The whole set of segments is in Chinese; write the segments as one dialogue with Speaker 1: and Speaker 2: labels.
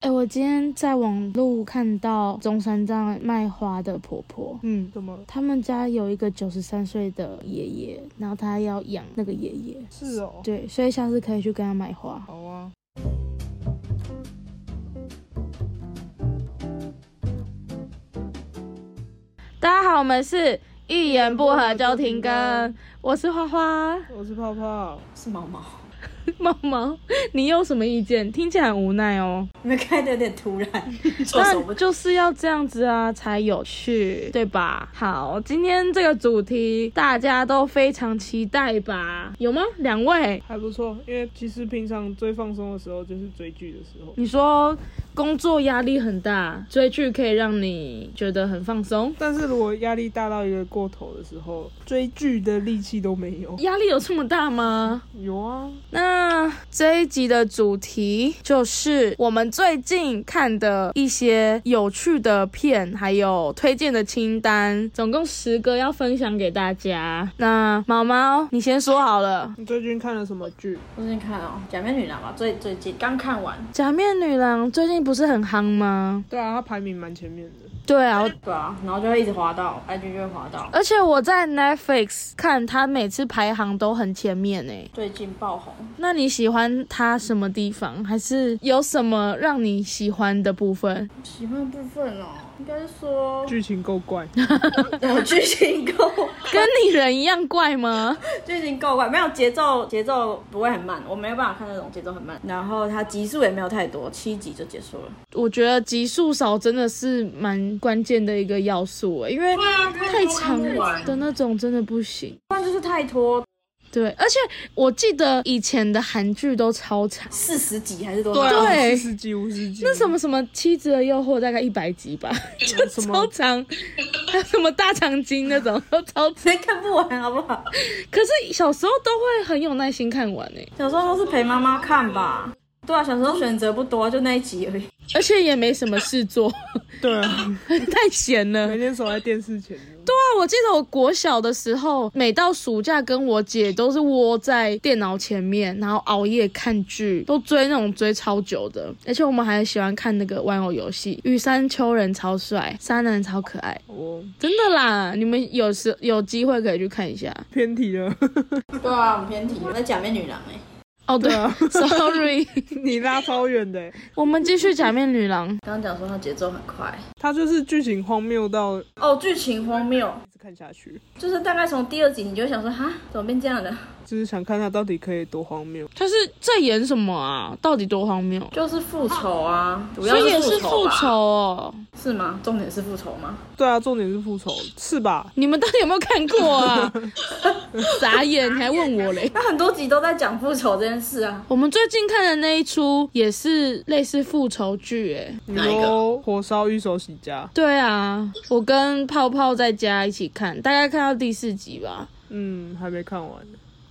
Speaker 1: 哎，我今天在网路看到中山站卖花的婆婆，
Speaker 2: 嗯，怎么了？
Speaker 1: 他们家有一个九十三岁的爷爷，然后他要养那个爷爷，
Speaker 2: 是哦，
Speaker 1: 对，所以下次可以去跟他买花。
Speaker 2: 好啊。
Speaker 1: 大家好，我们是一言不合就停更，我是花花
Speaker 2: 我是泡泡，
Speaker 3: 是毛毛，
Speaker 1: 毛毛，你有什么意见？听起来很无奈哦，
Speaker 3: 你们开的有点 突然，措手不
Speaker 1: 但
Speaker 3: 及。
Speaker 1: 就是要这样子啊才有趣，对吧？好，今天这个主题大家都非常期待吧？有吗？两位，
Speaker 2: 还不错。因为其实平常最放松的时候就是追剧的时候。
Speaker 1: 你说工作压力很大，追剧可以让你觉得很放松，
Speaker 2: 但是如果压力大到一个过头的时候，追剧的力气都没有。
Speaker 1: 压力有这么大吗？
Speaker 2: 有啊，
Speaker 1: 那这一集的主题就是我们最近看的一些有趣的片，还有推荐的清单，总共十个要分享给大家。那毛毛，你先说好了，
Speaker 2: 你最近看了什么剧？
Speaker 3: 我最近看哦，《假面女郎》吧，最最近刚看完。
Speaker 1: 《假面女郎》最近不是很夯吗？
Speaker 2: 对啊，它排名蛮前面的。
Speaker 1: 对啊，我
Speaker 3: 对啊，然后就会一直滑到，IG 就会滑到，
Speaker 1: 而且我在 Netflix 看它每次排行都很前面欸诶。
Speaker 3: 最近爆红。
Speaker 1: 那你喜欢它什么地方？还是有什么让你喜欢的部分？
Speaker 3: 喜欢的部分哦，应该是说
Speaker 2: 剧情够怪，
Speaker 3: 呃剧情够，
Speaker 1: 跟你人一样怪吗？
Speaker 3: 剧情够快，没有节奏，节奏不会很慢，我没有办法看那种节奏很慢。然后它集数也没有太多，七集就结束了。
Speaker 1: 我觉得集数少真的是蛮关键的一个要素欸，因为太长的那种真的不行。
Speaker 3: 不然就是太拖，
Speaker 1: 对，而且我记得以前的韩剧都超长，
Speaker 3: 四十集还是多
Speaker 2: 对
Speaker 3: 少？
Speaker 2: 啊，
Speaker 1: 对
Speaker 2: 四十集、五十集。
Speaker 1: 那什么什么《妻子的诱惑》大概一百集吧，就
Speaker 2: 什
Speaker 1: 超
Speaker 2: 么
Speaker 1: 长，还有什么大长今那种都超长。
Speaker 3: 谁看不完好不好？
Speaker 1: 可是小时候都会很有耐心看完欸诶，
Speaker 3: 小时候都是陪妈妈看吧。对啊，小时候选择不多，就那一集而已。
Speaker 1: 而且也没什么事做，
Speaker 2: 对啊，
Speaker 1: 太闲了
Speaker 2: 每。天守在电视前。
Speaker 1: 对啊，我记得我国小的时候，每到暑假跟我姐都是窝在电脑前面，然后熬夜看剧，都追那种追超久的。而且我们还喜欢看那个玩偶游戏，羽山丘人超帅，沙男超可爱，
Speaker 2: 我
Speaker 1: 真的啦！你们有时有机会可以去看一下。
Speaker 2: 偏题了，
Speaker 3: 对啊，我们偏题，我在假面女郎哎、
Speaker 1: 哦，对
Speaker 2: 对啊
Speaker 1: ，sorry，
Speaker 2: 你拉超远的欸。
Speaker 1: 我们继续假面女 郎。
Speaker 3: 刚刚讲说它节奏很快，
Speaker 2: 它就是剧情荒谬到一
Speaker 3: 哦，剧情荒谬，
Speaker 2: 直看下去。
Speaker 3: 就是大概从第二集你就会想说，哈，怎么变这样的？
Speaker 2: 就是想看他到底可以多荒谬。
Speaker 1: 她是在演什么啊？到底多荒谬？
Speaker 3: 就是复仇啊，主要
Speaker 1: 所以也是
Speaker 3: 是
Speaker 1: 复
Speaker 3: 吧
Speaker 1: 仇哦。
Speaker 3: 是吗？重点是复仇吗？
Speaker 2: 对啊，重点是复仇，是吧？
Speaker 1: 你们到底有没有看过啊？傻眼，你还问我嘞？
Speaker 3: 那很多集都在讲复仇这件事啊。
Speaker 1: 我们最近看的那一出也是类似复仇剧，哎，
Speaker 2: 你
Speaker 3: 哪一个
Speaker 2: 说火烧玉手洗家，
Speaker 1: 对啊，我跟泡泡在家一起看，大概看到第四集吧。
Speaker 2: 嗯，还没看完。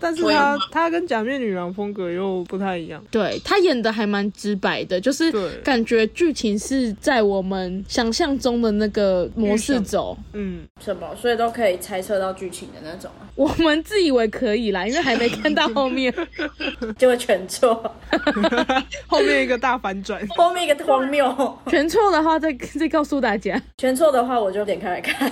Speaker 2: 但是
Speaker 3: 我也
Speaker 2: 他他跟假面女郎风格又不太一样，
Speaker 1: 对他演的还蛮直白的，就是
Speaker 2: 对
Speaker 1: 感觉剧情是在我们想象中的那个模式走。
Speaker 2: 嗯，
Speaker 3: 什么？所以都可以猜测到剧情的那种啊，
Speaker 1: 我们自以为可以啦，因为还没看到后面，
Speaker 3: 就会全错。
Speaker 2: 后面一个大反 转，
Speaker 3: 后面一个荒谬，
Speaker 1: 全错的话再再告诉大家。
Speaker 3: 全错的话我就点开来看。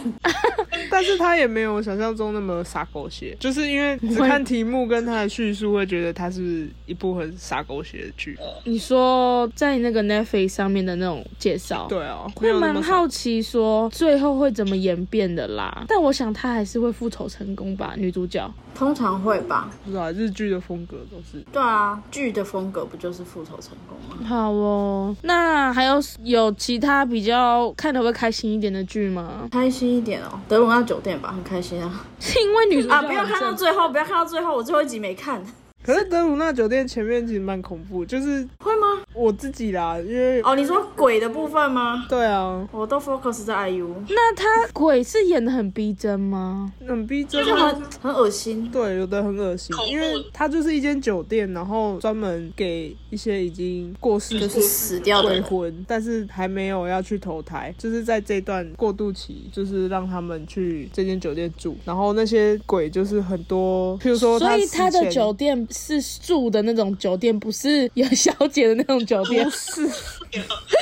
Speaker 2: 但是他也没有想象中那么傻狗血，就是因为只看题目跟他的叙述，会觉得它是一部很傻狗血的剧。
Speaker 3: 哦
Speaker 1: 你说在那个 Netflix 上面的那种介绍，
Speaker 2: 对啊，没
Speaker 1: 会
Speaker 2: 有那
Speaker 1: 蛮
Speaker 2: 么
Speaker 1: 好奇说最后会怎么演变的啦，但我想她还是会复仇成功吧，女主角。
Speaker 3: 通常会吧。
Speaker 2: 不知道啊日剧的风格都是
Speaker 3: 对啊，剧的风格不就是复仇成功吗？
Speaker 1: 好哦，那还有有其他比较看的会开心一点的剧吗？
Speaker 3: 开心一点哦，德鲁纳酒店吧，很开心啊！
Speaker 1: 是因为女主角
Speaker 3: 啊，
Speaker 1: 很
Speaker 3: 不要看到
Speaker 1: 正
Speaker 3: 最后，不要看到最后，我最后一集没看，
Speaker 2: 可是德鲁纳酒店前面其实蛮恐怖，就是
Speaker 3: 会吗？
Speaker 2: 我自己啦，因为
Speaker 3: 哦，你说鬼的部分吗？
Speaker 2: 对啊，
Speaker 3: 我都 focus 在 IU，
Speaker 1: 那她鬼是演的很逼真吗？
Speaker 2: 很逼真
Speaker 3: 就
Speaker 2: 啊。
Speaker 3: 很很恶心。
Speaker 2: 对，有的很恶心，因为它就是一间酒店，然后专门给一些已经过世
Speaker 3: 就是死掉的
Speaker 2: 鬼
Speaker 3: 人，
Speaker 2: 魂，但是还没有要去投胎，就是在这段过渡期，就是让他们去这间酒店住，然后那些鬼就是很多，譬如说
Speaker 1: 所以
Speaker 2: 死
Speaker 1: 她的
Speaker 2: 前
Speaker 1: 酒店是住的那种酒店，不是有小姐的那种酒店
Speaker 2: 不。是，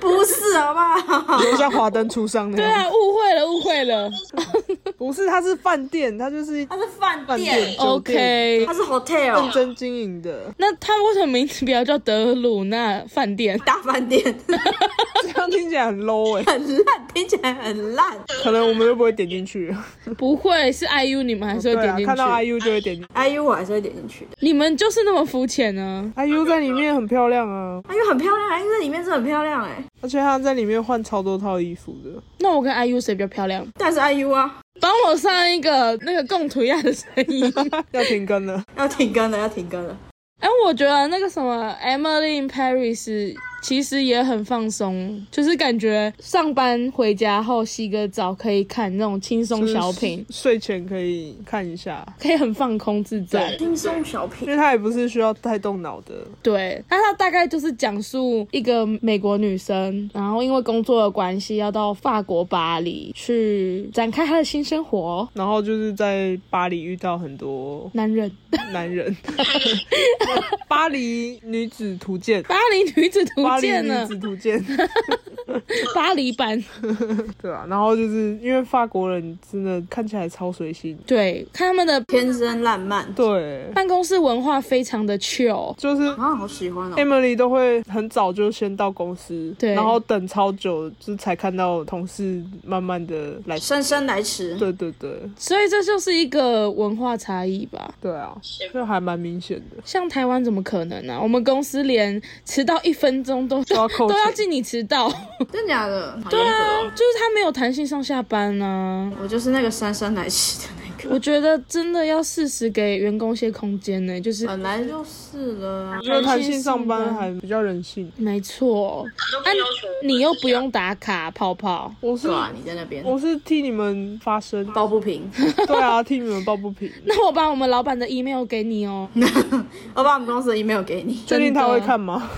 Speaker 3: 不是好不 好？
Speaker 2: 就像华灯初上那
Speaker 1: 对
Speaker 2: 样。
Speaker 1: 啊，误会了，误会了。
Speaker 2: 不是，它是饭店，它就是
Speaker 3: 它是饭
Speaker 2: 饭店
Speaker 3: 店，
Speaker 2: 酒店
Speaker 1: OK，
Speaker 3: 它是
Speaker 2: 认
Speaker 3: hotel
Speaker 2: 真经营的，
Speaker 1: 那他为什么名字不要叫德鲁纳饭店？
Speaker 3: 大饭店，
Speaker 2: 这样听起来很 low 哎、
Speaker 3: 很烂，听起来很烂。
Speaker 2: 可能我们又不会点进去。
Speaker 1: 不会是 IU，你们还是会
Speaker 2: 对
Speaker 1: 点
Speaker 2: 啊，
Speaker 1: 进
Speaker 2: 看到
Speaker 1: 去？
Speaker 2: IU 就会点进去
Speaker 3: IU 我还是会点进去的
Speaker 1: 你们就是那么肤浅啊呢？
Speaker 2: ，IU 在里面很漂亮啊，
Speaker 3: ，IU 很漂亮，IU 在里面是很漂亮哎、
Speaker 2: 而且她在里面换超多套衣服的。
Speaker 1: 那我跟 IU 谁比较漂亮？
Speaker 3: 但是 IU 啊，
Speaker 1: 帮我上一个那个贡图亚的声 音。
Speaker 2: 要停更 了，
Speaker 3: 要停更了，要停更了。
Speaker 1: 哎、我觉得那个什么 Emily in Paris 其实也很放松，就是感觉上班回家后洗个澡可以看那种轻松小品，
Speaker 2: 就是睡前可以看一下，
Speaker 1: 可以很放空自在。
Speaker 3: 轻松小
Speaker 2: 因
Speaker 3: 品，
Speaker 2: 为它也不是需要太动脑的。
Speaker 1: 对，那它大概就是讲述一个美国女生，然后因为工作的关系要到法国巴黎去展开她的新生活。
Speaker 2: 然后就是在巴黎遇到很多
Speaker 1: 男人，
Speaker 2: 男人，巴黎女子图鉴，
Speaker 1: 巴黎女子图
Speaker 2: 巴黎
Speaker 1: 鉴
Speaker 2: 女
Speaker 1: 呢？
Speaker 2: 子图鉴，
Speaker 1: 巴黎版，
Speaker 2: 对啊，然后就是因为法国人真的看起来超随性，
Speaker 1: 对，看他们的
Speaker 3: 天生烂漫
Speaker 2: 对，
Speaker 1: 办公室文化非常的 chill，
Speaker 2: 就是
Speaker 3: 啊，好喜欢哦。
Speaker 2: Emily 都会很早就先到公司，
Speaker 1: 嗯对
Speaker 2: 然后等超久，就是才看到同事慢慢的来，
Speaker 3: 姗姗来迟，
Speaker 2: 对对对
Speaker 1: 所以这就是一个文化差异吧。
Speaker 2: 对啊，这还蛮明显的，
Speaker 1: 像台湾怎么可能啊呢、我们公司连迟到一分钟都
Speaker 2: 都要扣
Speaker 1: 啊 都
Speaker 2: 钱
Speaker 1: 要记你迟到，
Speaker 3: 真假的？好严格哦。
Speaker 1: 就是他没有弹性上下班啊。
Speaker 3: 我就是那个姗姗来迟的那
Speaker 1: 我觉得真的要适时给员工一些空间呢、就是
Speaker 3: 个，本来就是了啊
Speaker 2: 我。觉得弹性上
Speaker 1: 弹
Speaker 2: 班
Speaker 1: 性上班
Speaker 2: 还比较人性。
Speaker 1: 没错，啊，你又不用打卡泡泡，
Speaker 2: 我是
Speaker 3: 对啊，你在那边
Speaker 2: 我是替你们发声，
Speaker 3: 抱不平，
Speaker 2: 对啊，替你们抱不平，
Speaker 1: 那我把我们老板的 email 给你哦，
Speaker 3: 我把我们公司的 email 给你，
Speaker 2: 确定他会 看吗？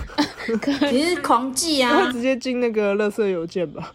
Speaker 3: 你是狂记
Speaker 2: 他会
Speaker 3: 啊。
Speaker 2: 直接进那个垃圾邮件 吧。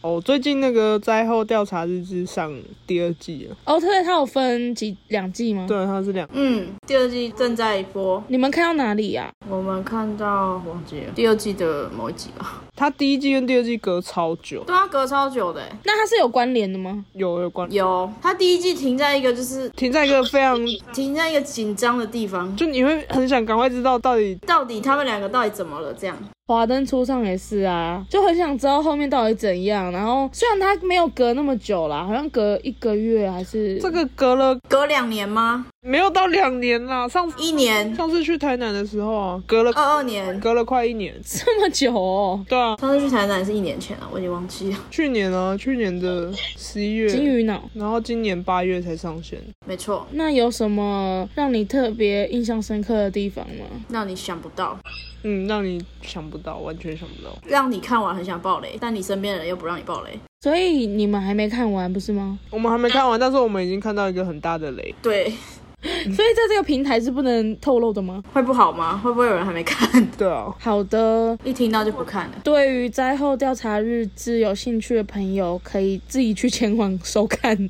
Speaker 2: 哦，最近那个灾后调查日志上第二季了，
Speaker 1: 哦，对，它有分几两季吗？
Speaker 2: 对，它是两，
Speaker 3: 嗯，第二季正在播，
Speaker 1: 你们看到哪里啊呀、
Speaker 3: 我们看到忘记了第二季的某一集吧。
Speaker 2: 它第一季跟第二季隔超久，
Speaker 3: 对啊，隔超久的欸，
Speaker 1: 那它是有关联的吗？
Speaker 2: 有有关，
Speaker 3: 有他第一季停在一个就是
Speaker 2: 停在一个非常
Speaker 3: 停在一个紧张的地方，
Speaker 2: 就你会很想赶快知道到底
Speaker 3: 到底他们两个到底怎么了？这样
Speaker 1: 华灯初上也是啊，就很想知道后面到底怎样。然后 虽然它没有隔那么久啦，好像隔一个月还是
Speaker 2: 这个隔了
Speaker 3: 隔两年吗？
Speaker 2: 没有到两年啦。上次
Speaker 3: 一年、
Speaker 2: 上次去台南的时候啊，隔了
Speaker 3: 二二年，
Speaker 2: 隔了快一年。
Speaker 1: 这么久哦。
Speaker 2: 对啊，
Speaker 3: 上次去台南是一年前了，我已经忘记了。
Speaker 2: 去年啊，去年的十一
Speaker 1: 金
Speaker 2: 月，
Speaker 1: 鱼脑，
Speaker 2: 然后今年八月才上线。
Speaker 3: 没错，
Speaker 1: 那有什么让你特别印象深刻的地方吗？
Speaker 3: 让你想不到，
Speaker 2: 嗯，让你想不到，完全想不到。
Speaker 3: 让你看完很想爆雷，但你身边的人又不让你爆雷。
Speaker 1: 所以你们还没看完不是吗？
Speaker 2: 我们还没看完，但是我们已经看到一个很大的雷。
Speaker 3: 对，
Speaker 2: 嗯
Speaker 1: 所以在这个平台是不能透露的吗？
Speaker 3: 会不好吗？会不会有人还没看？
Speaker 2: 对啊，
Speaker 1: 好的，
Speaker 3: 一听到就不看了。
Speaker 1: 对于灾后调查日志有兴趣的朋友，可以自己去前往收看，听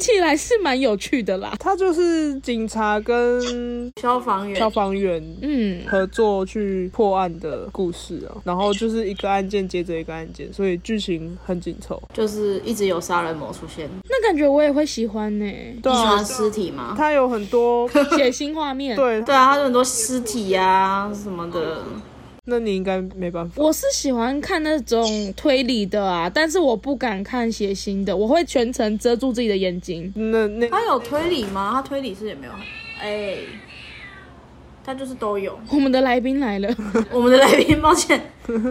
Speaker 1: 起来是蛮有趣的啦。
Speaker 2: 他就是警察跟
Speaker 3: 消防员
Speaker 2: 消防员
Speaker 1: 嗯，
Speaker 2: 合作去破案的故事啊，然后就是一个案件接着一个案件，所以剧情很紧凑。
Speaker 3: 就是一直有杀人魔出现，
Speaker 1: 那感觉我也会喜欢 呢、
Speaker 2: 对
Speaker 3: 你喜
Speaker 2: 啊
Speaker 3: 欢，尸体吗？
Speaker 2: 他有很 多
Speaker 1: 血腥画面。
Speaker 2: 对，
Speaker 3: 对啊，他有很多尸体啊什么的，
Speaker 2: 那你应该没办法。
Speaker 1: 我是喜欢看那种推理的啊，但是我不敢看血腥的，我会全程遮住自己的眼睛。
Speaker 2: 那那
Speaker 3: 他有推理吗？他推理是也没有，哎、他就是都有。
Speaker 1: 我们的来宾来了，
Speaker 3: 我们的来宾，抱 歉，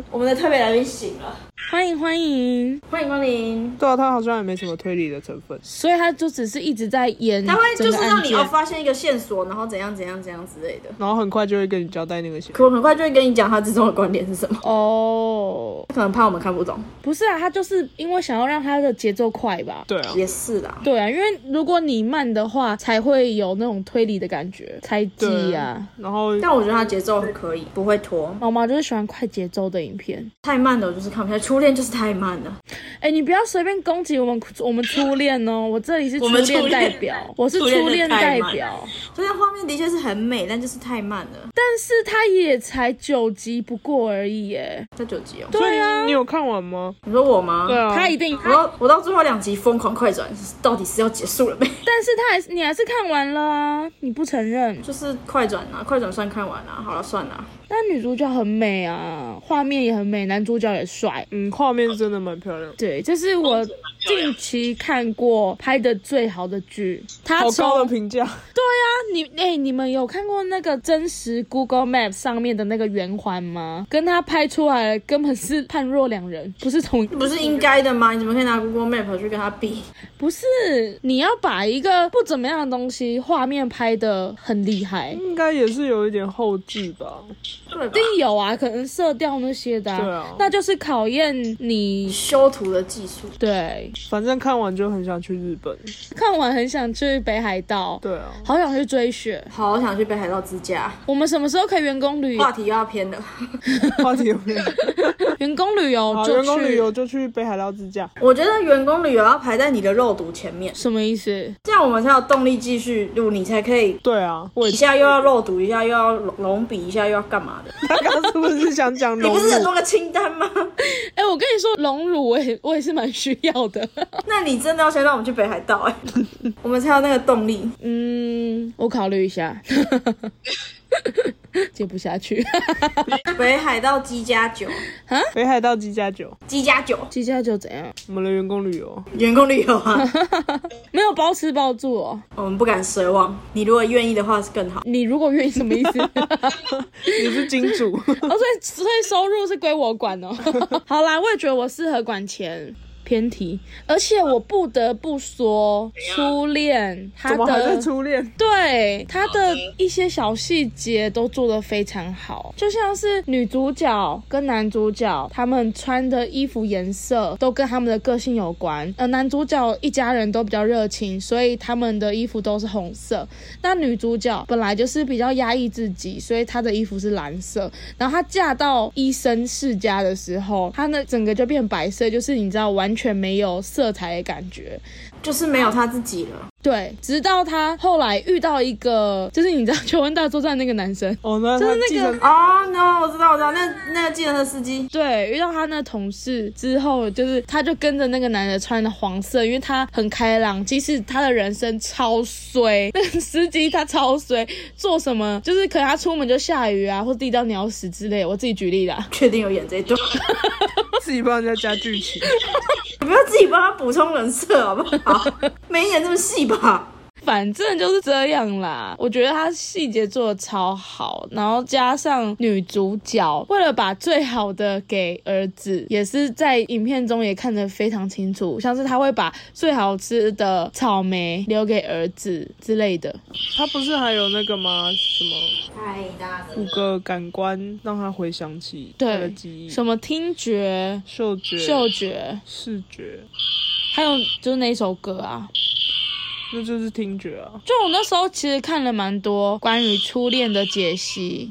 Speaker 3: 我们的特别来宾醒了，
Speaker 1: 欢迎欢迎。
Speaker 3: 欢迎光临。
Speaker 2: 对啊，他好像也没什么推理的成分。
Speaker 1: 所以他就只是一直在演整
Speaker 3: 他
Speaker 1: 个
Speaker 3: 会
Speaker 1: 案件，
Speaker 3: 就是让你哦发现一个线索，然后怎样怎样怎样之类的。
Speaker 2: 然后很快就会跟你交代那个线。
Speaker 3: 可我很快就会跟你讲他之中的观点是什么，
Speaker 1: 哦，
Speaker 3: 可能怕我们看不懂。
Speaker 1: 不是啊，他就是因为想要让他的节奏快吧。
Speaker 2: 对啊，
Speaker 3: 也是啦，
Speaker 1: 对啊，因为如果你慢的话，才会有那种推理的感觉，猜
Speaker 2: 对
Speaker 1: 忌啊。。
Speaker 2: 然后
Speaker 3: 但我觉得他节奏可以，不会拖。
Speaker 1: 毛毛就是喜欢快节奏的影片，
Speaker 3: 太慢的我就是看不下去。除恋就是太慢了。
Speaker 1: 哎、你不要随便攻击我们我们初恋哦，我这里是初
Speaker 4: 我们初
Speaker 1: 恋
Speaker 4: 恋
Speaker 1: 代表， 我是
Speaker 4: 初恋
Speaker 1: 初
Speaker 4: 真的
Speaker 1: 恋
Speaker 4: 太
Speaker 1: 代
Speaker 4: 慢
Speaker 1: 表，
Speaker 3: 虽然画面的确是很美，但就是太慢了。
Speaker 1: 但是他也才九集不过而已耶。
Speaker 3: 这九集哦，
Speaker 2: 所以
Speaker 1: 对啊
Speaker 2: 你你有看完吗？
Speaker 3: 你说我吗？
Speaker 2: 对啊，
Speaker 1: 他一定，
Speaker 3: 我到我到最后两集疯狂快转，到底是要结束了没？
Speaker 1: 但是他还是你还是看完了啊，你不承认？
Speaker 3: 就是快转啊，快转算看完了、好了算了。
Speaker 1: 但女主角很美啊，画面也很美，男主角也帅。
Speaker 2: 嗯，画面真的蛮漂亮的，
Speaker 1: 对，这是我近期看过拍的最好的剧。他
Speaker 2: 好高啊
Speaker 1: 从啊
Speaker 2: 的评价。
Speaker 1: 你哎、你们有看过那个真实 Google Map 上面的那个圆环吗？跟他拍出来的根本是判若两人，不是同一
Speaker 3: 不是应该的吗？你怎么可以拿 Google Map 去跟他比？
Speaker 1: 不是，你要把一个不怎么样的东西画面拍的很厉害，
Speaker 2: 应该也是有一点后置吧，
Speaker 3: 对吧
Speaker 1: 一？定有啊，可能色调那些的、
Speaker 2: 对啊
Speaker 1: 那就是考验你。
Speaker 3: 修图的技术，
Speaker 1: 对，
Speaker 2: 反正看完就很想去日本。
Speaker 1: 看完很想去北海道，
Speaker 2: 对啊，
Speaker 1: 好想去追雪。
Speaker 3: 好想去北海道自驾。
Speaker 1: 我们什么时候可以员工旅游啊
Speaker 3: 话？题又要偏了，
Speaker 2: 话题有没有？
Speaker 1: 啊员工旅游
Speaker 2: 好，
Speaker 1: 就
Speaker 2: 员工
Speaker 1: 去
Speaker 2: 旅游就去北海道自驾。
Speaker 3: 我觉得员工旅游要排在你的肉毒前面，
Speaker 1: 什么意思？
Speaker 3: 这样我们才有动力继续录，你才可以
Speaker 2: 对啊，我
Speaker 3: 一下又要肉毒，一下又要隆鼻，一下又要干嘛的？
Speaker 2: 他刚刚是不是想讲
Speaker 3: 你
Speaker 2: 融
Speaker 3: 不是很
Speaker 2: 入？
Speaker 3: 多个清单吗？
Speaker 1: 哎、我跟你说，隆乳我也我也是蛮需要的。
Speaker 3: 那你真的要先让我们去北海道哎、我们才有那个动力。
Speaker 1: 嗯，我考虑一下， 接不下 去。
Speaker 3: 北海道鸡加酒，
Speaker 2: 北海道鸡加酒，
Speaker 3: 鸡加酒，
Speaker 1: 鸡架就怎样？
Speaker 2: 我们的员工旅 游。
Speaker 3: 员工旅游 啊，
Speaker 1: 没有包吃包住哦。
Speaker 3: 我们不敢奢望。你如果愿意的话是更好。
Speaker 1: 你如果愿意，什么意 思？
Speaker 2: 你是金主，
Speaker 1: 哦，所以所以收入是归我管 哦。好啦，我也觉得我适合管钱。偏题，而且我不得不说，初恋他
Speaker 2: 怎么还在
Speaker 1: 的
Speaker 2: 初恋？
Speaker 1: 对他的
Speaker 4: 好的
Speaker 1: 一些小细节都做得非常好，就像是女主角跟男主角他们穿的衣服颜色都跟他们的个性有关。呃，男主角一家人都比较热情，所以他们的衣服都是红色。那女主角本来就是比较压抑自己，所以她的衣服是蓝色。然后她嫁到医生世家的时候，她那整个就变白色，就是你知道完全没有色彩的感觉。
Speaker 3: 就是没有他自己了。
Speaker 1: 对，直到他后来遇到一个，就是你知道《求婚大作战》那个男生，
Speaker 2: 哦，那
Speaker 1: 就是
Speaker 2: 他
Speaker 1: 那个
Speaker 2: 继 承
Speaker 3: 哦、no，我知道，我知道，那那个计程车司机，
Speaker 1: 对，遇到他那同事之后，就是他就跟着那个男的穿的黄色，因为他很开朗，即使他的人生超衰， 那个司机他超衰，做什么就是可能他出门就下雨啊，或地到鸟屎之类，我自己举例啦。
Speaker 3: 确定有演这一段，
Speaker 2: 自己帮人家加剧情。
Speaker 3: 你不要自己帮他补充人设好不 好？没演这么细吧？
Speaker 1: 反正就是这样啦。我觉得他细节做的超好，然后加上女主角为了把最好的给儿子，也是在影片中也看得非常清楚，像是他会把最好吃的草莓留给儿子之类的。
Speaker 2: 他不是还有那个吗？什么
Speaker 3: 太大了，
Speaker 2: 五个感官让他回想起他的
Speaker 1: 对
Speaker 2: 记忆，，
Speaker 1: 什么听觉、
Speaker 2: 嗅觉、
Speaker 1: 嗅觉，
Speaker 2: 视觉，
Speaker 1: 还有就是那一首歌啊。
Speaker 2: 那就是听觉啊。
Speaker 1: 就我那时候其实看了蛮多关于初恋的解析，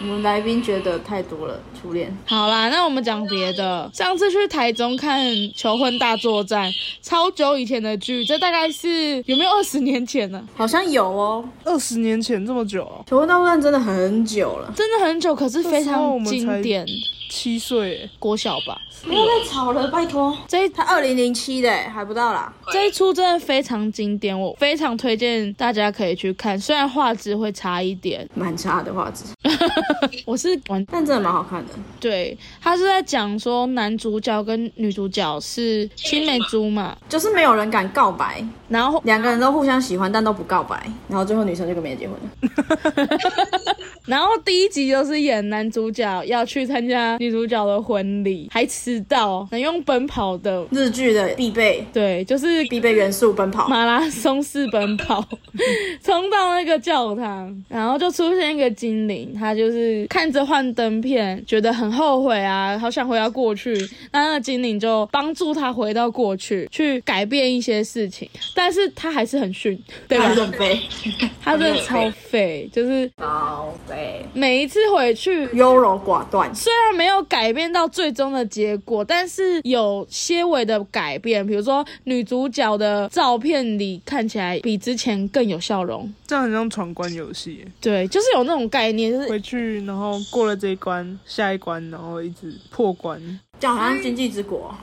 Speaker 3: 我们来宾觉得太多了，初恋。
Speaker 1: 好啦，那我们讲别的。上次去台中看《求婚大作战》，超久以前的剧，这大概是有没有二十年前呢？
Speaker 3: 好像有哦，
Speaker 2: 二十年前这么久哦、
Speaker 3: 《求婚大作战》真的很久了，
Speaker 1: 真的很久，可是非
Speaker 2: 那时候我
Speaker 1: 常
Speaker 2: 们
Speaker 1: 经典。
Speaker 2: 七岁欸耶，
Speaker 1: 国小吧，
Speaker 3: 不要再吵了，拜托。
Speaker 1: 这一
Speaker 3: 他二零零七的耶还不到啦，
Speaker 1: 这一出真的非常经典，我非常推荐大家可以去看。虽然画质会差一点，
Speaker 3: 蛮差的画质，
Speaker 1: 我是完
Speaker 3: 但真的蛮好看的。
Speaker 1: 对，他是在讲说男主角跟女主角是青梅竹马，
Speaker 3: 就是没有人敢告白，
Speaker 1: 然后
Speaker 3: 两个人都互相喜欢，但都不告白，然后最后女生就跟别人结婚了。
Speaker 1: 然后第一集就是演男主角要去参加女主角的婚礼，还迟到，能用奔跑的，
Speaker 3: 日剧的必备
Speaker 1: 对，就是
Speaker 3: 必备元素，奔 跑。
Speaker 1: 马拉松式奔跑， 冲到那个教堂，然后就出现一个精灵，他就是看着幻灯片，觉得很后悔啊，好想回到过去。那那个精灵就帮助他回到过去，去改变一些事情，但是他还是很逊，对吧
Speaker 3: 还？准备，
Speaker 1: 他真的超废，就是
Speaker 3: 宝贝，费，
Speaker 1: 每一次回去
Speaker 3: 优柔寡断。
Speaker 1: 虽然没有改变到最终的结果，但是有些微的改变，比如说女主角的照片里看起来比之前更有笑容，
Speaker 2: 这样很像闯关游戏耶，
Speaker 1: 对，就是有那种概念，就是
Speaker 2: 回去然后过了这一关，下一关然后一直破关。
Speaker 3: 就好像经济之国，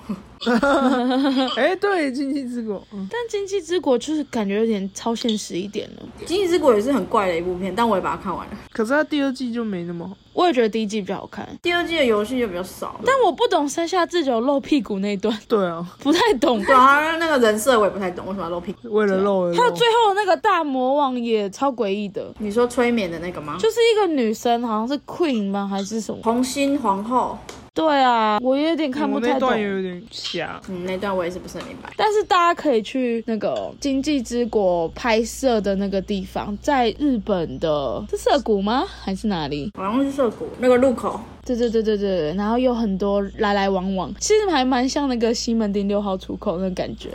Speaker 1: 呃
Speaker 2: 哎、对，经济之国，嗯，
Speaker 1: 但《经济之国》就是感觉有点超现实一点了。
Speaker 3: 经济之国也是很怪的一部片，但我也把它看完了。
Speaker 2: 可是它第二季就没那么好。
Speaker 1: 我也觉得第一季比较好看，
Speaker 3: 第二季的游戏就比较少，
Speaker 1: 但我不懂山下智久露屁股那一段，
Speaker 2: 对啊，
Speaker 1: 不太懂。
Speaker 3: 对啊，那个人设我也不太懂，为什么要露屁股？
Speaker 2: 为了肉而肉
Speaker 1: 还啊有最后那个大魔王也超诡异的，
Speaker 3: 你说催眠的那个吗？
Speaker 1: 就是一个女生，好像是 Queen 吗还是什么？
Speaker 3: 红心皇后，
Speaker 1: 对啊，我有点看不
Speaker 2: 我
Speaker 1: 太
Speaker 2: 哎那
Speaker 1: 懂
Speaker 2: 段。也有点瞎。
Speaker 3: 嗯，那段我也是不是很明白。
Speaker 1: 但是大家可以去那个经济之国拍摄的那个地方，在日本的是涩谷吗？还是哪里？
Speaker 3: 好像是涩谷那个路口，
Speaker 1: 对对对对对对，然后有很多来来往往，其实还蛮像那个西门町六号出口那种感觉，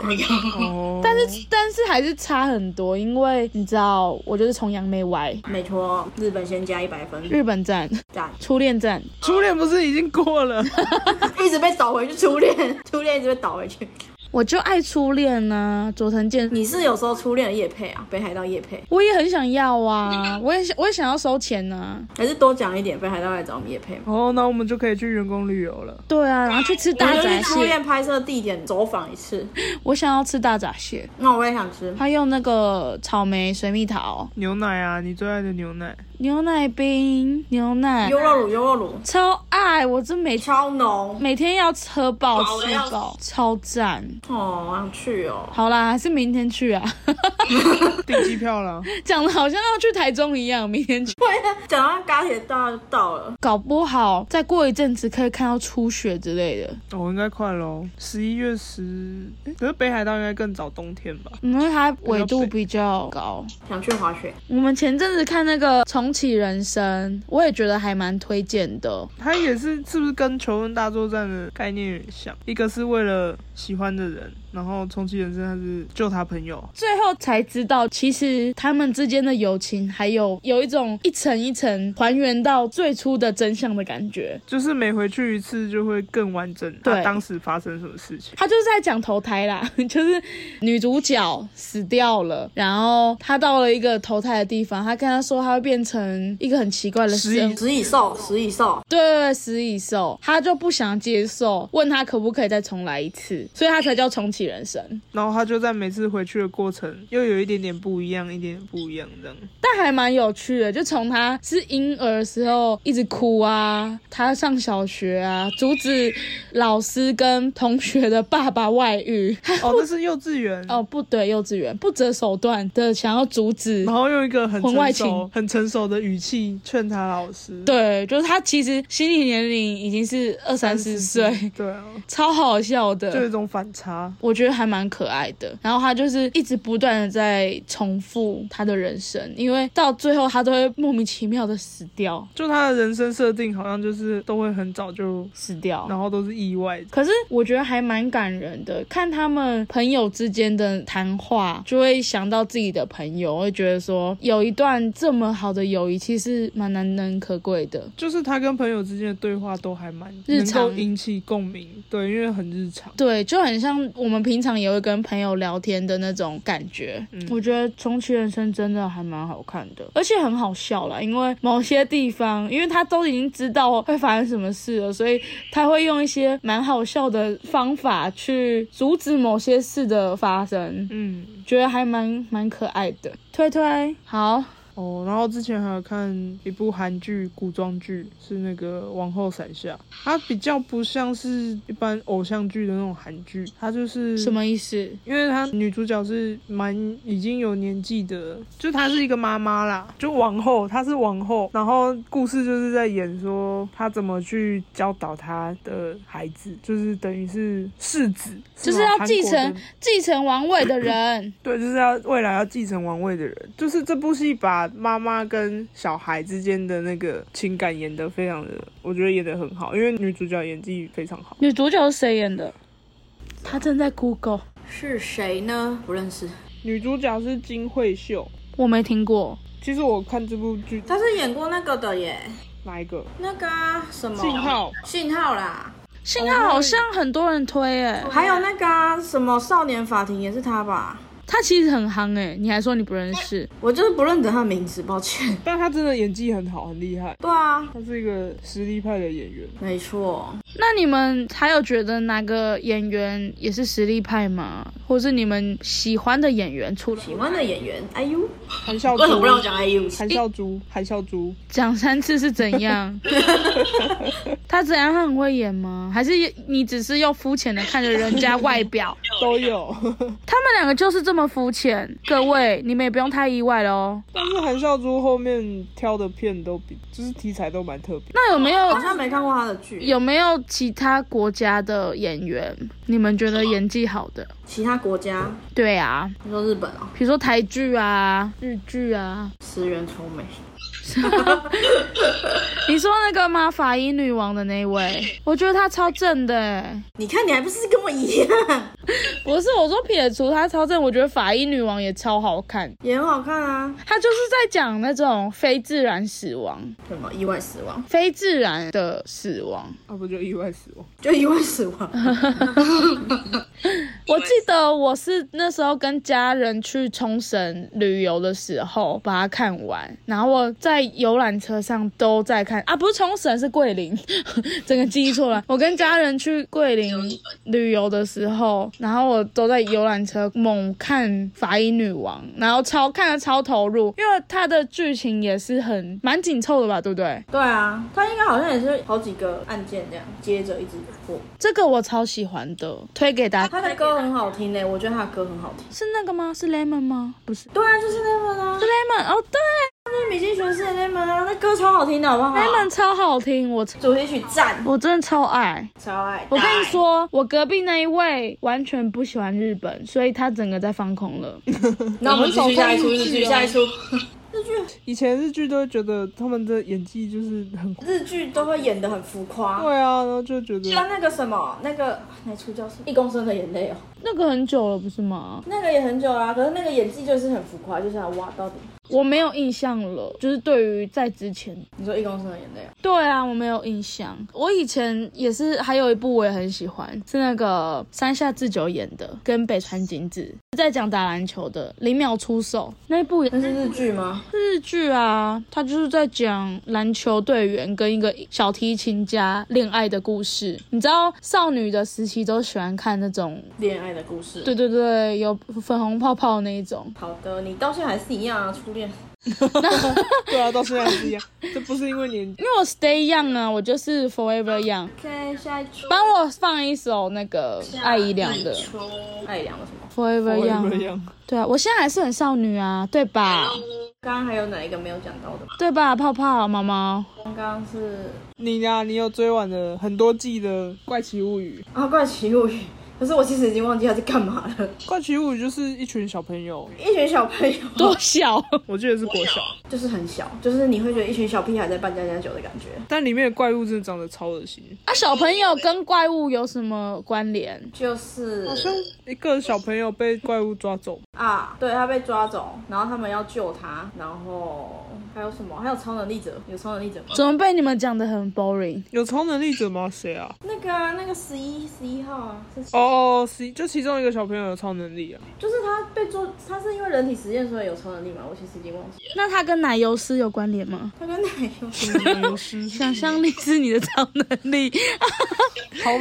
Speaker 2: 哦，
Speaker 1: 但是但是还是差很多，因为你知道，我就是崇洋媚外，
Speaker 3: 没错，日本先加一百分，
Speaker 1: 日本站、
Speaker 3: 赞，
Speaker 1: 初恋站，
Speaker 2: 初恋不是已经过了？
Speaker 3: 一直被倒回去初恋，初恋一直被倒回去。
Speaker 1: 我就爱初恋呐、佐藤健。
Speaker 3: 你是有时候初恋的叶配啊，北海道叶配，
Speaker 1: 我也很想要啊，我也想，我也想要收钱啊呐、
Speaker 3: 还是多讲一点，北海道来找我们叶配嘛。
Speaker 2: 哦，那我们就可以去员工旅游了。
Speaker 1: 对啊，然后去吃
Speaker 3: 我
Speaker 1: 大
Speaker 3: 就
Speaker 1: 闸
Speaker 3: 去初
Speaker 1: 蟹，
Speaker 3: 恋拍摄地点走访一次，
Speaker 1: 我想要吃大闸蟹。
Speaker 3: 那我也想吃。
Speaker 1: 他用那个草莓水蜜桃、
Speaker 2: 牛奶啊，你最爱的牛奶。
Speaker 1: 牛奶冰、牛奶
Speaker 3: 优，酪乳，优酪乳
Speaker 1: 超爱！我真每
Speaker 3: 超浓
Speaker 1: 每天要喝饱
Speaker 3: 饱了
Speaker 1: 吃
Speaker 3: 要
Speaker 1: 饱，超赞！
Speaker 3: 哦，我想去哦。
Speaker 1: 好啦，还是明天去啊，
Speaker 2: 订机票了，
Speaker 1: 讲的好像要去台中一样，明天去。
Speaker 3: 讲到高铁到就到了，
Speaker 1: 搞不好再过一阵子可以看到初雪之类的，
Speaker 2: 哦，应该快喽，十一月十。诶可是北海道应该更早冬天吧？
Speaker 1: 因为它纬
Speaker 2: 比较
Speaker 1: 度
Speaker 2: 北
Speaker 1: 比较高。
Speaker 3: 想去滑雪。
Speaker 1: 我们前阵子看那个《重启人生》，我也觉得还蛮推荐的。
Speaker 2: 它也是是不是跟《求婚大作战》的概念有点像？一个是为了喜欢的人，然后重启人生，他是救他朋友。
Speaker 1: 最后才知道，其实他们之间的友情还有有一种一层一层还原到最初的真相的感觉。
Speaker 2: 就是每回去一次就会更完整，他
Speaker 1: 对
Speaker 2: 当时发生什么事情。
Speaker 1: 他就是在讲投胎啦， 就是女主角死掉了，然后她到了一个投胎的地方，她跟他说她会变成一个很奇怪的
Speaker 2: 食蚁
Speaker 1: 生物，
Speaker 3: 食蚁兽，食蚁兽，
Speaker 1: 对对对，食蚁兽，她就不想接受，问她可不可以再重来一次，所以她才叫重启人生。
Speaker 2: 然后他就在每次回去的过程，又有一点点不一样，一点点不一样这样。
Speaker 1: 但还蛮有趣的，就从他是婴儿的时候一直哭啊，他上小学啊，阻止老师跟同学的爸爸外遇，
Speaker 2: 哦，那是幼稚园。
Speaker 1: 哦不对，幼稚园不择手段的想要阻止
Speaker 2: 然，后用一个很
Speaker 1: 婚外
Speaker 2: 成熟
Speaker 1: 情、
Speaker 2: 很成熟的语气劝他老师。
Speaker 1: 对，就是他其实心理年龄已经是二三十岁，
Speaker 2: 对啊，
Speaker 1: 超好笑
Speaker 2: 就有
Speaker 1: 的
Speaker 2: 一。种反差。
Speaker 1: 我觉得还蛮可爱的，然后他就是一直不断的在重复他的人生，因为到最后他都会莫名其妙的死掉，
Speaker 2: 就他的人生设定好像就是都会很早就，
Speaker 1: 死掉，
Speaker 2: 然后都是意外。
Speaker 1: 可是我觉得还蛮感人的，看他们朋友之间的谈话，就会想到自己的朋友，会觉得说有一段这么好的友谊，其实蛮难能可贵的。
Speaker 2: 就是他跟朋友之间的对话都还蛮
Speaker 1: 日
Speaker 2: 能够
Speaker 1: 常
Speaker 2: 引起共鸣，对，因为很日常。
Speaker 1: 对，就很像我们平常也会跟朋友聊天的那种感觉。我觉得《重启人生》真的还蛮好看的，而且很好笑啦。因为某些地方，因为他都已经知道会发生什么事了，所以他会用一些蛮好笑的方法去阻止某些事的发生。
Speaker 2: 嗯，
Speaker 1: 觉得还蛮蛮可爱的。推推好，
Speaker 2: 哦，然后之前还有看一部韩剧古装剧，是那个《王后伞下》，它比较不像是一般偶像剧的那种韩剧，它就是
Speaker 1: 什么意思？
Speaker 2: 因为她女主角是蛮已经有年纪的，就她是一个妈妈啦，就王后，她是王后。然后故事就是在演说她怎么去教导她的孩子，就是等于是世子，
Speaker 1: 就是
Speaker 2: 吗
Speaker 1: 要
Speaker 2: 韩
Speaker 1: 继
Speaker 2: 国的
Speaker 1: 承继承王位的人
Speaker 2: 对，就是要未来要继承王位的人。就是这部戏把妈妈跟小孩之间的那个情感演得非常的，我觉得演得很好，因为女主角演技非常好。
Speaker 1: 女主角是谁演的？她正在 Google，
Speaker 3: 是谁呢？不认识。
Speaker 2: 女主角是金惠秀，
Speaker 1: 我没听过。
Speaker 2: 其实我看这部剧
Speaker 3: 他是演过那个的耶，
Speaker 2: 哪一个？
Speaker 3: 那个啊、什么
Speaker 2: 信号
Speaker 3: 信号啦，
Speaker 1: 信号好像很多人推诶、
Speaker 3: 还有那个啊、什么少年法庭也是他吧？
Speaker 1: 他其实很夯诶、你还说你不认识？
Speaker 3: 我就是不认得他的名字，抱歉。
Speaker 2: 但他真的演技很好，很厉害。
Speaker 3: 对啊，
Speaker 2: 他是一个实力派的演员。
Speaker 3: 没错，
Speaker 1: 那你们还有觉得哪个演员也是实力派吗？或是你们喜欢的演员？除了
Speaker 3: 喜欢的演员哎 IU，
Speaker 2: 韩孝珠，
Speaker 3: 为什么不让我讲哎 IU？
Speaker 2: 韩孝珠，韩孝 珠，
Speaker 1: 讲三次是怎 样？他怎样他很会演吗？还是你只是又肤浅的看着人家外表？
Speaker 2: 都有。
Speaker 1: 他们两个就是这么肤浅，各位你们也不用太意外哦喽。
Speaker 2: 但是韩孝珠后面挑的片都比，就是题材都蛮特别。
Speaker 1: 那有没有
Speaker 3: 好像没看过他的剧，
Speaker 1: 有没有其他国家的演员你们觉得演技好的？
Speaker 3: 其他国家，
Speaker 1: 对啊，
Speaker 3: 你说日本哦，
Speaker 1: 比如说台剧啊、日剧啊。
Speaker 3: 石原聪美，
Speaker 1: 你说那个吗？法医女王的那一位，我觉得她超正的欸。
Speaker 3: 你看你还不是跟我一样，
Speaker 1: 不是，我说撇除她超正，我觉得法医女王也超好看。
Speaker 3: 也很好看啊。
Speaker 1: 她就是在讲那种非自然死亡、
Speaker 3: 什么意外死亡？
Speaker 1: 非自然的死亡。
Speaker 2: 啊，不就意外死亡？
Speaker 3: 就意外死亡。
Speaker 1: 我记得我是那时候跟家人去冲绳旅游的时候把它看完，然后我在游览车上都在看啊，不是冲绳是桂林， 整个记忆错了。我跟家人去桂林旅游的时候，然后我都在游览车猛看《法医女王》，然后超看的超投入，因为它的剧情也是很蛮紧凑的吧，对不对？
Speaker 3: 对啊，他应该好像也是好几个案件这样接着一直过。
Speaker 1: 这个我超喜欢的，推给大家。
Speaker 3: 他的歌很好听呢、欸我觉得他的歌很好听。
Speaker 1: 啊是那个吗？是 Lemon 吗？不是
Speaker 3: 对啊，就是那门啊
Speaker 1: 是，Lemon 哦，对。
Speaker 3: 那米津玄师的那门啊，那歌超好听的，好不好？
Speaker 1: 他们超好听，我
Speaker 3: 主题曲赞，
Speaker 1: 我真的超爱。
Speaker 3: 超爱。
Speaker 1: 我跟你，说，我隔壁那一位完全不喜欢日本，所以他整个在放空了。
Speaker 3: 那我们继续下一出，日剧哦下一出。日剧
Speaker 2: 以前日剧都会觉得他们的演技就是 很，
Speaker 3: 日剧都会演得很浮夸。
Speaker 2: 对啊，然后就觉得
Speaker 3: 像那个什么，那个那出叫什么？一公升的眼泪哦，
Speaker 1: 那个很久了，不是吗？
Speaker 3: 那个也很久啊啦、可是那个演技就是很浮夸，就是要哇到底。
Speaker 1: 我没有印象了，就是对于在之前。
Speaker 3: 你说一公升的眼泪哦，
Speaker 1: 对啊，我没有印象。我以前也是，还有一部我也很喜欢，是那个山下智久演的，跟北川景子在讲打篮球的，零秒出手那一部也
Speaker 3: 那是日剧吗？
Speaker 1: 日剧啊，他就是在讲篮球队员跟一个小提琴家恋爱的故事。你知道少女的时期都喜欢看那种，
Speaker 3: 恋爱的故事。
Speaker 1: 对对对，有粉红泡泡那一种。
Speaker 3: 好的，你到现在还是一样啊，初恋。
Speaker 2: 对啊，到现在还是一样。这不是因为年纪
Speaker 1: 因为我 stay young 啊，我就是 forever young。
Speaker 3: OK，下一出。
Speaker 1: 帮我放一首那个艾怡良
Speaker 3: 哦
Speaker 1: 的
Speaker 3: 爱良的哎什么？
Speaker 1: forever
Speaker 2: 不一
Speaker 1: young。
Speaker 2: 样，
Speaker 1: 对啊，我现在还是很少女啊，对吧？
Speaker 3: 刚刚还有哪一个没有讲到的吗？
Speaker 1: 对吧，泡泡毛毛。
Speaker 3: 刚刚是
Speaker 2: 你呀、你有追完的很多季的《怪奇物语》，
Speaker 3: 啊，怪奇物语。可是我其实已经忘记他在干嘛了。
Speaker 2: 《怪奇物语》就是一群小朋 友，
Speaker 3: 一群小朋友，
Speaker 1: 多小？啊
Speaker 2: 我记得是国小，
Speaker 3: 就是很小，就是你会觉得一群小屁孩在扮家家酒的感觉。
Speaker 2: 但里面的怪物真的长得超恶心，
Speaker 1: 啊，小朋友跟怪物有什么关联？
Speaker 3: 就是
Speaker 2: 好像一个小朋友被怪物抓走，
Speaker 3: 啊，对他被抓走，然后他们要救他，然后还有什么？还有超能力者，有超能力者吗？
Speaker 1: 怎么被你们讲的很 boring？
Speaker 2: 有超能力者吗？谁啊？
Speaker 3: 那个啊，那个十一十一号啊，是谁
Speaker 2: 哦哦，其就其中一个小朋友有超能力啊，
Speaker 3: 就是他被做，他是因为人体实验所以有超能力嘛？我其实已经忘记了。
Speaker 1: 那它跟奶油师有关联吗？
Speaker 3: 他跟奶 油
Speaker 2: 有失
Speaker 1: 想象力是你的超能力，
Speaker 3: 到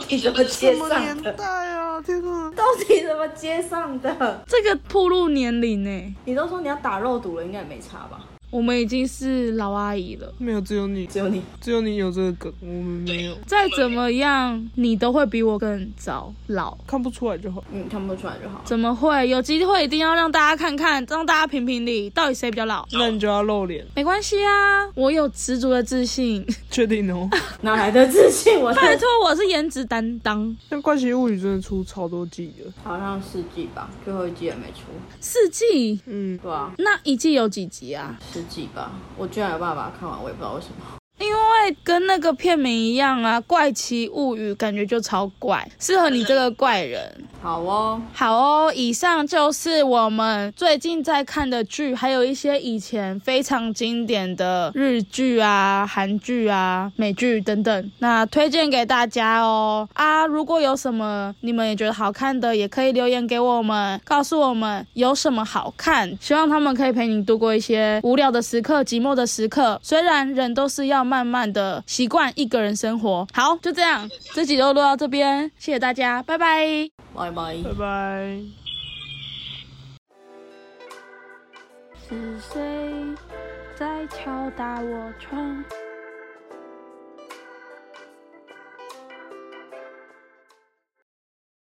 Speaker 3: 底怎么接
Speaker 2: 什么
Speaker 3: 上
Speaker 2: 年
Speaker 3: 的？
Speaker 2: 代啊？天哪！
Speaker 3: 到底怎么接上的？
Speaker 1: 这个铺路年龄呢、
Speaker 3: 你都说你要打肉毒了，应该也没差吧？
Speaker 1: 我们已经是老阿姨了，
Speaker 2: 没有，只有你，
Speaker 3: 只有你，
Speaker 2: 只有你有这个梗，我们没有，
Speaker 1: 再怎么样你都会比我更早老，
Speaker 2: 看不出来就好。
Speaker 3: 嗯，看不出来就好。
Speaker 1: 怎么会？有机会一定要让大家看看，让大家评评理，到底谁比较老？
Speaker 2: 那你就要露脸，
Speaker 1: 没关系啊，我有十足的自信，
Speaker 2: 确定哦。
Speaker 3: 哪来的自信？我
Speaker 1: 拜
Speaker 3: 太
Speaker 1: 托我是颜值担当。
Speaker 2: 但《怪奇物语》真的出超多季的，
Speaker 3: 好像四季吧，最后一季也没出，
Speaker 1: 四季，
Speaker 2: 嗯，
Speaker 3: 对啊，
Speaker 1: 那一季有几集啊？
Speaker 3: 十季吧，我居然有办法把它看完，我也不知道为什么。
Speaker 1: 因为为跟那个片名一样啊，《怪奇物语》感觉就超怪，适合你这个怪人。
Speaker 3: 好哦，
Speaker 1: 好哦，以上就是我们最近在看的剧，还有一些以前非常经典的日剧啊、韩剧啊、美剧等等，那推荐给大家哦。啊，如果有什么你们也觉得好看的，也可以留言给我们，告诉我们有什么好看。希望他们可以陪你度过一些无聊的时刻、寂寞的时刻。虽然人都是要慢慢的习惯一个人生活。好，就这样，这集就录到这边，谢谢大家，拜拜。
Speaker 3: 拜拜。
Speaker 2: 拜拜。
Speaker 1: 是谁在敲打我窗？